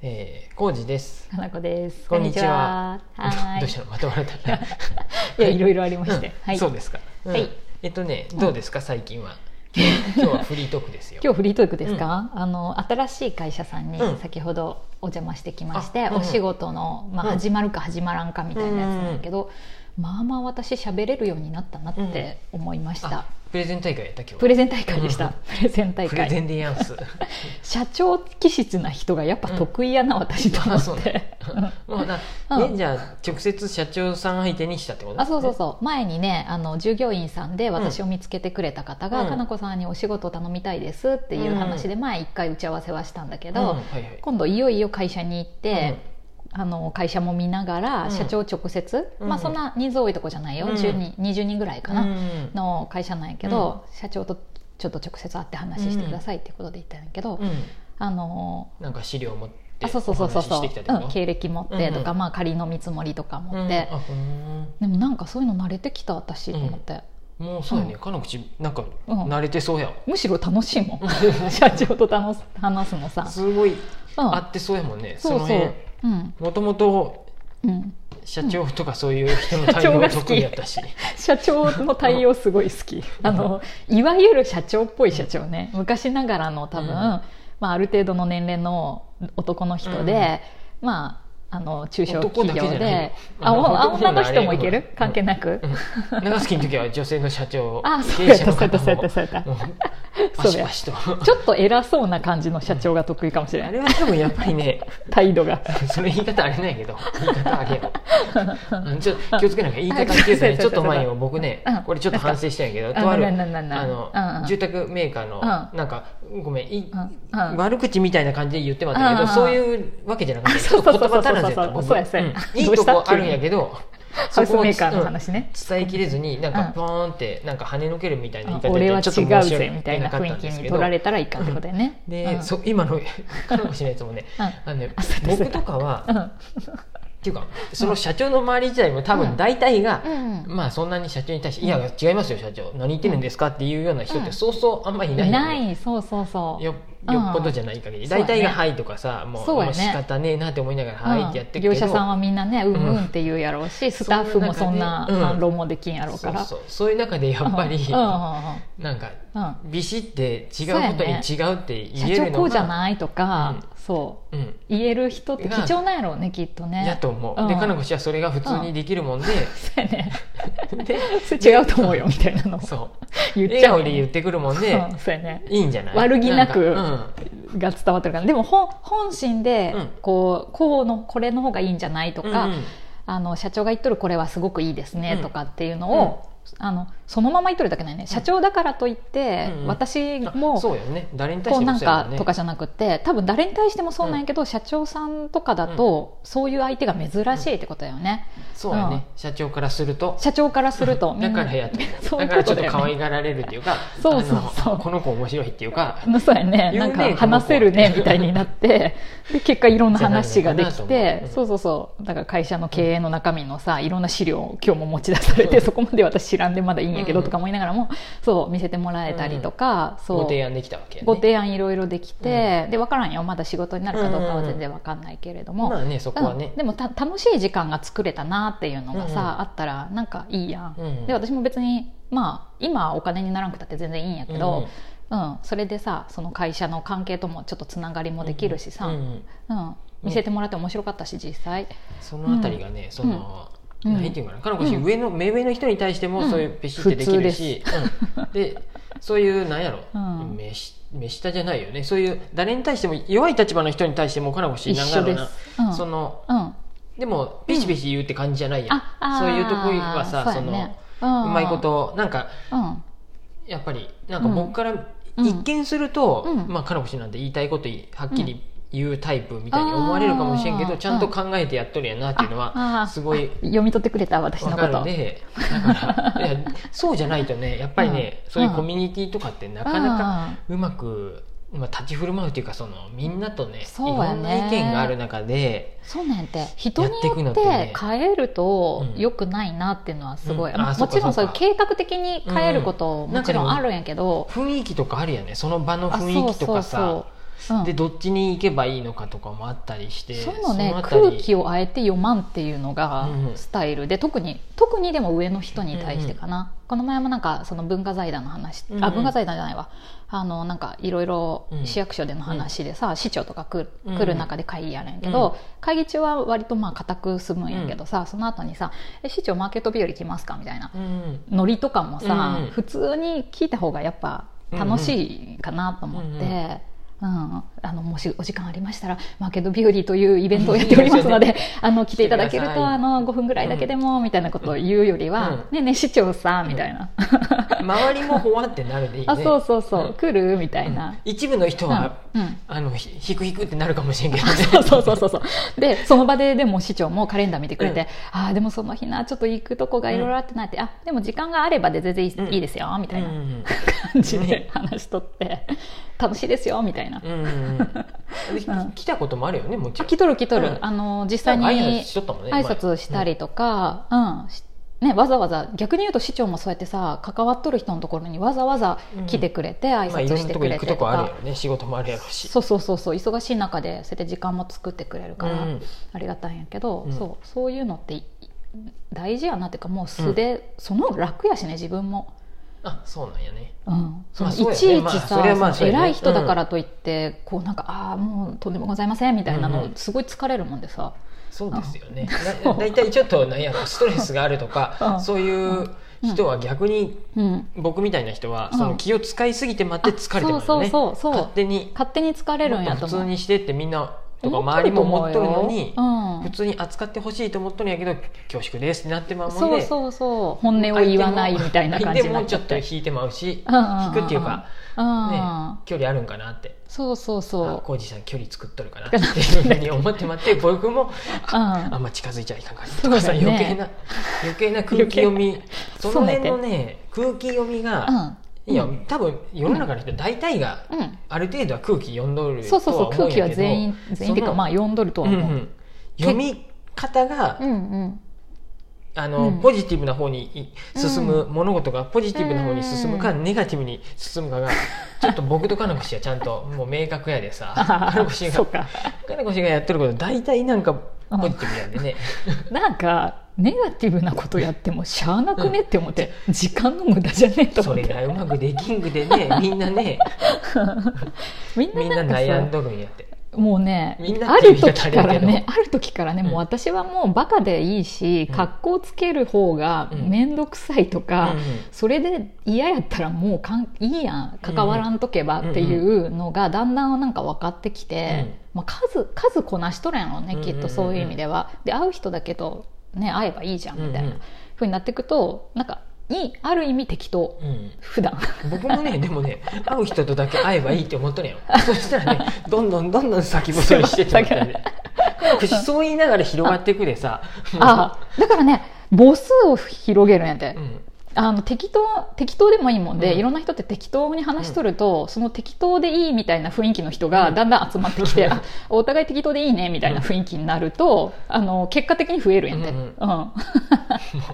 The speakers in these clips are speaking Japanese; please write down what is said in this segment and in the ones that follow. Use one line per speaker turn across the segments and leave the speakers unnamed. えー、コウジです。
かなこです。
こんにちは
こんにちははーい。
どうしたのまとまれた
いや、いろいろありまして。はい。
そうですか。うん
はい
えっとね、どうですか、最 近は。今日はフリートークですよ。
今日フリートークですか、あの新しい会社さんに
うん
先ほどお邪魔してきまして、
あうん
お仕事の、まあ、
うん
始まるか始まらんかみたいなやつなんだけど、まあまあ私喋れるようになったなって思いました
あ、プレゼン大会やった今日。
プレゼン大会でし
うん
たプレゼン大
プレゼ
会
ンでやん す。
社長気質な人がやっぱ得意やな、私と思
あそう
っ
ね
て
もうな、
うん
えじゃあ直接社長さん相手にしたってこと
あそうそうそう前にねあの従業員さんで私を見つけてくれた方が、
うん
かなこさんにお仕事を頼みたいですっていう話で前一回打ち合わせはしたんだけ
う
ど、
んはいはい。
今度いよいよ会社に行って、あの会社も見なが
う
ら
ん
社長直接、
うん
まあそんな人数多いとこじゃないよ、
うん
10人20人ぐらいかな、
うん
の会社なんやけど、社長とちょっと直接会って話してくださいっていうことで言ったんやけど、
うん
あの
なんか資料持って
あそうそ
お
うそうそ
話
う
しして
そう
きたってこと
うん経歴持ってとか、
うんうん
まあ仮の見積もりとか持
う
っ
ん
て。
あうん
でもなんかそういうの慣れてきた私と思って、
もうそうやね。かの口なんか
うん
慣れてそうやわ。
むしろ楽しいも
うん
社長と楽す話すのさ、
すごい
うん、
あってそうやもんね。
そう
の
そ
辺
ううん、
もともと
うん、
社長とかそういう人の対応が得意やったし、
社長の対応すごい好 きあのいわゆる社長っぽい社長ね昔ながらの多分、
うん
まあ、ある程度の年齢の男の人で、まああの中小企
男だけじ
業
ゃないよ
であお
あの
女の人もいけ
うん
る関係なく、
うん長崎の時は女性の社長
あそうやったそうやったそうやっ
も
たそうやった
もうパ
そう
シ
や
パシと
ちょっと偉そうな感じの社長が得意かもしれな
あ
い
れは多分やっぱりね
態度が
それ言い方あれないけど言い方あれよ うんちょっと気をつけなきゃ言い方気をつけ
そうそうそう
な
そう
ちょっと前を僕ね
うん
これちょっと反省したんやけど
なんか
とある
うんなんなんなんなん
あ
うんう
の
ん
住宅メーカーの
うん
なんかごめんい
うんうん
悪口みたいな感じで言ってもらったけ
うんう
ど
んう
そう
ん
いうわけじゃなくて
あ
ち
そ
ょ
う
っと
そ
言
うそ
葉
う
足らずやった
そう
僕
そうそう そう
う
や
んいいとこあるんやけ ど
ハウス
そこを
メーカーの話ね
うん伝えきれずになん
う
か
ん
ポーンってなんか跳ねのけるみたいな言い方
俺は
で
違
ちょっと申
う
し
ぜ
訳
みたいな
かった
雰囲
ん
気
です
に
け
取
ど
られたらいかんってことだよね。
で、
うん
そ今の 彼のしのやつもね、
うん
あのね
あそうだそうだ
僕とかは、
う
っ
ん
ていうかその社長の周り自体も多分大体が、
うん
まあそんなに社長に対して「いや違いますよ社長何言ってるんですか?」っていうような人っ
う
て
ん
そうそうあんまりいない
い
よね、
ない、そうそうそう。
よ
うん
よっぽどじゃない限り、
そう
大
やね
体が「はい」とかさもう
そうやね
もう仕方ねえなって思いながら「はい」ってやって
うん
るけど、
業者さんはみんなねうん
う
うんんって言うやろうしスタッフもそんな
そんな中でうん
反論もできんやろう
そ
か
う
ら
そうそういう中でやっぱり、
うんうん
なんか
うんうん
ビシって違うことに違うって
社
言え
長
るのが
こうじゃないとか
う
そう
うん、
言える人って貴重なんやろうねきっとね
やと思う、で
ん
かなこ氏はそれが普通にできるもんで、
そうやね
で
それ 違うと思うよみたいなの
そう
言っ
笑
ちゃ
顔
うよ
で
ね
言ってくるもんで、
うんそうやね
いいんじゃない
悪気なく
んか
が伝わってるからでも本本心で
うん
こうこうのこれの方がいいんじゃないと
うん
か、
うんうん
あの社長が言っとるこれはすごくいいですね
うん
とかっていうのを、あのそのまま言っとるだけないね社長だからといって、
うんうん
私
あ
も
そうよね誰に対
こ
して
う
も
なん
そうやも
か
んね
とかじゃなくて多分誰に対してもそうなんやけど、社長さんとかだと、そういう相手が珍しいってことだよね、
そうやね、社長からすると
社長からすると
だからやと
みんな そうい
だか
うこ
らちょ
と
っと
だ
可
よね
愛がられるっていうか
そうそうそう
あのこの子面白いっていうか
うんそうやね
言う
な
ね
んか話せるねみたいにな ってで結果いろんな話ができ
じゃないのかなと
て
思う
そうそうそうだから会社の経営の中身のさいろんな資料を今日も持ち出されてそこまで私知らんでまだいいんやけ
う
ど
ん
とか思いながらもそう見せてもらえたりとか
ご
そう
提案できたわけやね
ご提案いろいろできてで分からんよまだ仕事になるかどうかは全然分かんないけれども
まあねそこは
う
ね
ん、でもた楽しい時間が作れたなっていうの
うんう
がさ、
ん
あったらなんかいいやん、
うん
で私も別にまあ今お金にならんくたって全然いいんやけど、うんそれでさその会社の関係ともちょっとつながりもできるしさ、
う
うん
うんん
見せてもらって面白かったし実際
そのあたりがね、その、
うん
なんていうかな、かのこ氏、
うん
上の目上の人に対しても
うん
そういうペシってできるし、うんでそういうなんやろ、
うん
目し目下じゃないよね、そういう誰に対しても弱い立場の人に対してもかなこ氏
一
なんだ
緒
ろう
です
な、、
うん
その
うん、あ
でもペシペシ言うって感じじゃないやん、
あー
そういうとこはさ、そ
そうやね
の
ん
うまいことなんか
うん
やっぱりなんか僕から
うん
一見すると、
うん
まあ、かのこ氏なんて言いたいことはっきり言うタイプみたいに思われるかもしれんけど、
うん
ちゃんと考えてやっとるやなっていうの
ああ
は
ー
すごい
読み取ってくれた私の
わ
こ
かる
と
んでだからいやそうじゃないとねやっぱりね、
うん
そういうコミュニティとかってなかなか
うん
うまく、まあ、立ち振る舞うというかそのみんなとねい
そう
ろ
や
ん
ね
な意見がある中で
そうなんやって人に
やっていくの
よ
っ
って
ね
て変えると
うん
良くないなっていうのはすごい、
うんあそ
も
っか
ちろん
そ
そ
っ
う
か
計画的に変えること
うん
もちろんあるんやけど、
雰囲気とかあるよねその場の
あ
雰囲気とか
そうそうそ
さ
ううん
でどっちに行けばいいのかとかもあったりして
そういうのね
あたり
空気をあえて読まんっていうのが
うん
スタイルで、特に特にでも上の人に対してかな、この前もなんかその文化財団の話、
うんう
あ
ん
文化財団じゃないわあのなんかいろいろ
うん
市役所での話でさ、市長とか来る,、
うん
来る中で会議やるんやけど、
うん
会議中は割とまあ固く済むんやけどさ、その後にさ「え市長マーケット日和来ますか?」みたいな
うん
ノリとかもさ、
うん
普通に聞いた方がやっぱ楽しいかなと思って。
うんうん
う
うんうん
んあのもしお時間ありましたらマーケット日和というイベントをやっておりますのであの来ていただ
来て
ける
くだ
と
さい
あの5分ぐらいだけでも、みたいなことを言うよりは
うん
「ねえねえ市長さ」みたいな「
周りもほわってなるでいいね
あそうそうそう、
うん
来る?」みたいな。
一部の人
うん
は、
うん
あのひひくひくってなるかもしれんけどね
そう そうそうそうそうでその場ででも市長もカレンダー見てくれて、ああでもその日なちょっと行くとこがいろいろあってなって、あでも時間があればで全然いい,、
うん
いいですよみたいな、
うん
感じ
ね
で話しとって楽しいですよみたいな、
うんうんで 来たこともあるよねもち
あ
ろん
来とる来とる、
うん
あの実際に
なんか挨拶しとったもんね
挨拶したりとか、うんしね、わざわざ逆に言うと市長もそうやってさ関わっとる人のところにわざわざ来てくれて挨
まあ、い
拶
ろん
し
な
て
と
く
こ行
れ
く
て
と
と
こあるや
か、
ろね仕事もあるやろうし
そうそうそうそう忙しい中でそうやって時間も作ってくれるから、
うん
ありがたいんやけど、
うん
そうそういうのってい大事やなっていうかもう素で、その方が楽やしね自分も。
あそうなんやね
うん、そ
まあ
のい
そうやね
ちい
まあ
ち
そ
さ、
れはまあ
そ
そう
の
やね
偉い人だからといって、こうなんかああもうとんでもございませんみたいな
うん
の
うん
すごい疲れるもんでさ、
そうですよね
そ
な
う
大体ちょっとなんやろストレスがあるとか、
うん
そういう人は逆に
うん
僕みたいな人は
うん
その気を使いすぎてまって疲れて
あ
ますよね
そうそうそうそう
勝手に
勝手に疲れるんや
も
と
っと普
思
通
う。
にしてってみんなとか
思
周りも思っとるの
っ
に
とると思う
普
よ
通に扱ってほしいと思っとるんやけど恐縮ですってなってまう
うん、
もん
そう
で
そうそう本音を言わないみたいな感じ
で
に
も
な
う
っ
ち
ち
ょ
ゃ
っ
っ
と
て、
引いてまうし
うんうんうんうん
引くっていうか、ね
うん、
距離あるんかなって
そうそう
あ
そ
浩二さん距離作っとるかなっていうふうに思ってまって僕も
う、うん
あんま近づいちゃいかんかな
そ
と
うだ
か
よ
さ、
ね
余計な余計な空気読みそ
計な
の辺のね空気読みが、
うん
いや多分世の中の人大体が、
うん、
ある程度は空気読んどると
そうそうそ
は思
う
う
空
ん
気
や
は
けど
全員全員って
そ
いうか
の
まあ読んどるとは
うんう
思う。
ん読み方が、
うんうん
あの
うん
ポジティブな方にい進む、
う
物事がポジティブな方に進むか、
う
ネガティブに進むかがちょっと僕と金子氏はちゃん ともう明確やでさ金子氏
そ
が
うか
金子氏がやってること大体なんか
うん
ポジティブやんで ね。
なんかネガティブなことやってもしゃあなくねって思って時間の無駄じゃねえと
そ
思っ
れ
て
がうまくできんくでねみんなね
みん
みんな
ななんか
悩ん
さ
どるんやって
もうね
みんな
あ
って言い
る
方あ
時か
れや
ら
けど
ねある時からね
うん
もう私はもうバカでいいし
うん
格好つける方が
うん
面倒くさいと
う
か
んうん
それで嫌やったらもうかんいいやん関わらんとけばっていうのがだんだんなんか分かってきて、まあ、数数こなしとるんやろうねきっとそういう意味では。で会う人だけど、ね、会えばいいじゃんみたいな。ふうになっていくとなんかいいある意味適当
うんうん
普段
うん僕もねでもね会う人とだけ会えばいいって思っとるやんそしたらねどんどんどんどん先細りしてっちゃったんでそう言いながら広がっていくでさもう
あだからね母数を広げるんやって、
うん
あの適当適当でもいいもんで、
うん
いろんな人って適当に話しとると、その適当でいいみたいな雰囲気の人がだんだん集まってきて、
うん
あお互い適当でいいねみたいな雰囲気になると、あの結果的に増えるんやって、
う
うんん
うん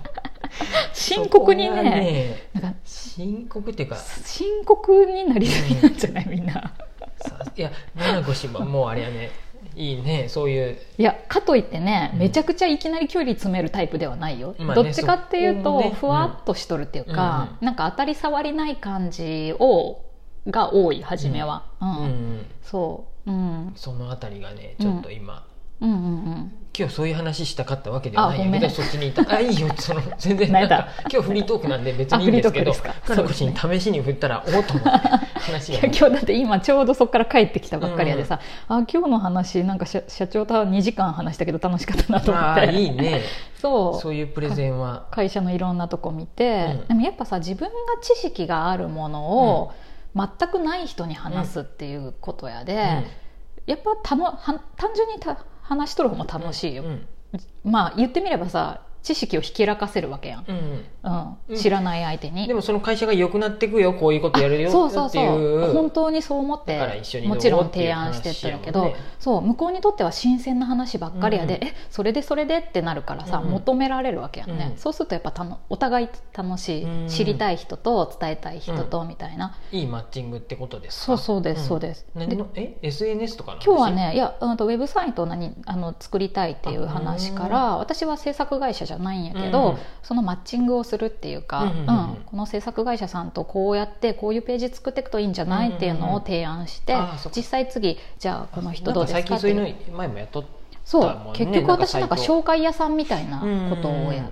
深刻に
そこが
ねなんか
深刻っていうか
深刻になりすぎなんじゃないみんな。
さいや七子氏ももうあれやねいいねそういう
いやかといってね、
うん
めちゃくちゃいきなり距離詰めるタイプではないよ、
まあね
どっちかっていう、
そこともね
ふわっとしとるっていう
うんうん
か、なんか当たり障りない感じをが多い初めは、うん
うんうん
そう、うん、
そのあたりがねちょっと今、
うんうんうん
今日そういう話したかったわけではないんやけど
あごめん
そっちにいたあいいよその全然なん
慣
か
れ
今日フリートークなんで別にいいんですけど
あフリートークですか
彼女氏に試しに振ったらおっと思って 話
い
が
や
ね、
今日だって今ちょうどそこから帰ってきたばっかりやでさ、あ今日の話なんか社社長と2時間話したけど楽しかったなと思
あ
っ
あ
て
いいね
そう
そういうプレゼンは
会社のいろんなとこ見て、
うん
でもやっぱさ自分が知識があるものを全くない人に話すっていうことやで、やっぱたのは単純にた話しとる方も楽しいよ、
うん
まあ言ってみればさ知識をひけらかせるわけやん、
うん
うん、知らない相手に、
でもその会社が良くなってくよこういうことやるよ
そうそう
ってい
そう
う
本当にそう思っ
だから一緒に
て
どう
もちろん提案してったんやけど
っていう話やもんね
そう向こうにとっては新鮮な話ばっかりやで、
うん
えそれでそれでってなるからさ、
うん
求められるわけやんね、
うん
そうするとやっぱたのお互い楽しい、
うん
知りたい人と伝えたい人とみたいな、
いいマッチングってことですか
そうそうです、
ん
そうです
何
で
のえ SNS とかの話
今日はねいやうんとウェブサイトを何あの作りたいっていう話から私は制作会社じゃないんやけど、
うん
そのマッチングをするっていうか、
うんうんうんうん
この制作会社さんとこうやってこういうページ作っていくといいんじゃないっていうのを提案して、
うんうんうんあーそっか
実際次じゃあこの人
な
ど
ん
う
か最
ですか
近
っ
そ
て
う
い
いう
う
の前もやっとっ
そう
だもんね
結局私
な
なんん
か
か
サイト
紹介屋さんみたいなこと
うんうんう
を
ん
やっ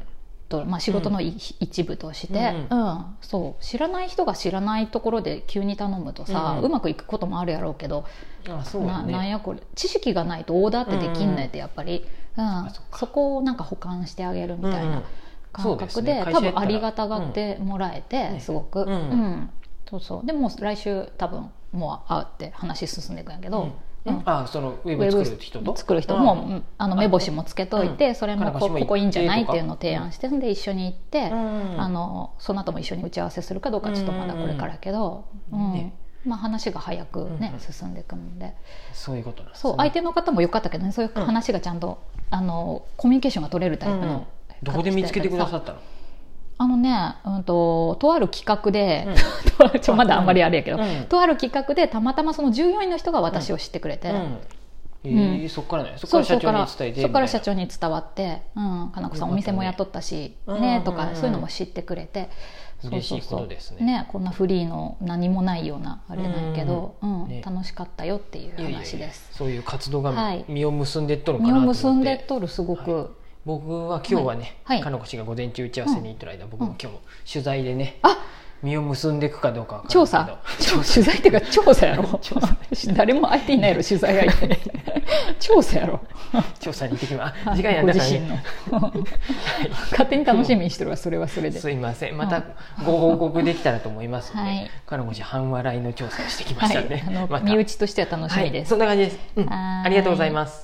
とる、まあ、仕事のい、一部として、
う
うんそう知らない人が知らないところで急に頼むとさ、
う
うん
うん
まくいくこともあるやろうけど
あそうだ
ななん
ね
やこれ知識がないとオーダーってできんねんってやっぱり、うん
そっか
そこをなんか保管してあげるみたい
うんう
なん
そ
感
うで
覚
す
で,、
ね会
多
社やった
分
ら
ありがたがってもらえて、
うん
すごく、
うん
そうそうでもう来週多分もう会って話進んでいくんやけど、
うん
うん
あそのウ
ウ
ェ
ェ
ブ
ブ
作る人と
作る人
う
も
ん
うんあの目星もつけといて、
うん
それも
金
こ
橋も行
ここいいんじゃない
っ
って
とか
ていうのを提案して、で一緒に行って、
うん
あのその後も一緒に打ち合わせするかどうかちょっとまだこれからやけど、
う
うんん
うんうんね
まあ、話が早く、ね
うんうん
進んでいくので
そういうことなんですね
そう相手の方も良かったけどねそういう話がちゃんと、あのコミュニケーションが取れるタイプ
うん
の、
どこで見つけてくださったの
あのね、うん、ととある企画で、 ちょまだあんまりあれやけど、
うん
とある企画でたまたまその従業員の人が私を知ってくれて。
うんえ
う
ーそっからねそっから社長に伝えて
そうそっから
みた
社
いな
長に伝わって、うん、かなこさんお店も雇ったし
うん
ねと
うんうんう
か
ん
そういうのも知ってくれてそう
嬉し
そう
い
そう
ことですね
ねこんなフリーの何もないようなあれなんやけど、
う
うんん
ね
楽しかったよっていう
いやいやいや
話です
そういう活動
は
が
い
実を結んでっとるのか
実
な
を
と思って
結んでっとるすごく、
は僕は今日はね、
はいはい
かのこ氏が午前中打ち合わせに行ってる間、僕も今日取材でね、
あ
実を結んでいくかどうかわからんけど
調 査調取材っていうか調査やろ誰も相手いないやろ取材相手調査やろ
調査に行ってき ますあ時間やったか
ご
ら
自身の
ね
勝手に楽しみにしてるわそれはそれです
いませんまたご報告できたらと思いますので、
はい
かのこ氏半笑いの調査をしてきましたね、
はい、あの
また
身内としては楽しみです
はい、そんな感じです、うん
はーい
ありがとうございます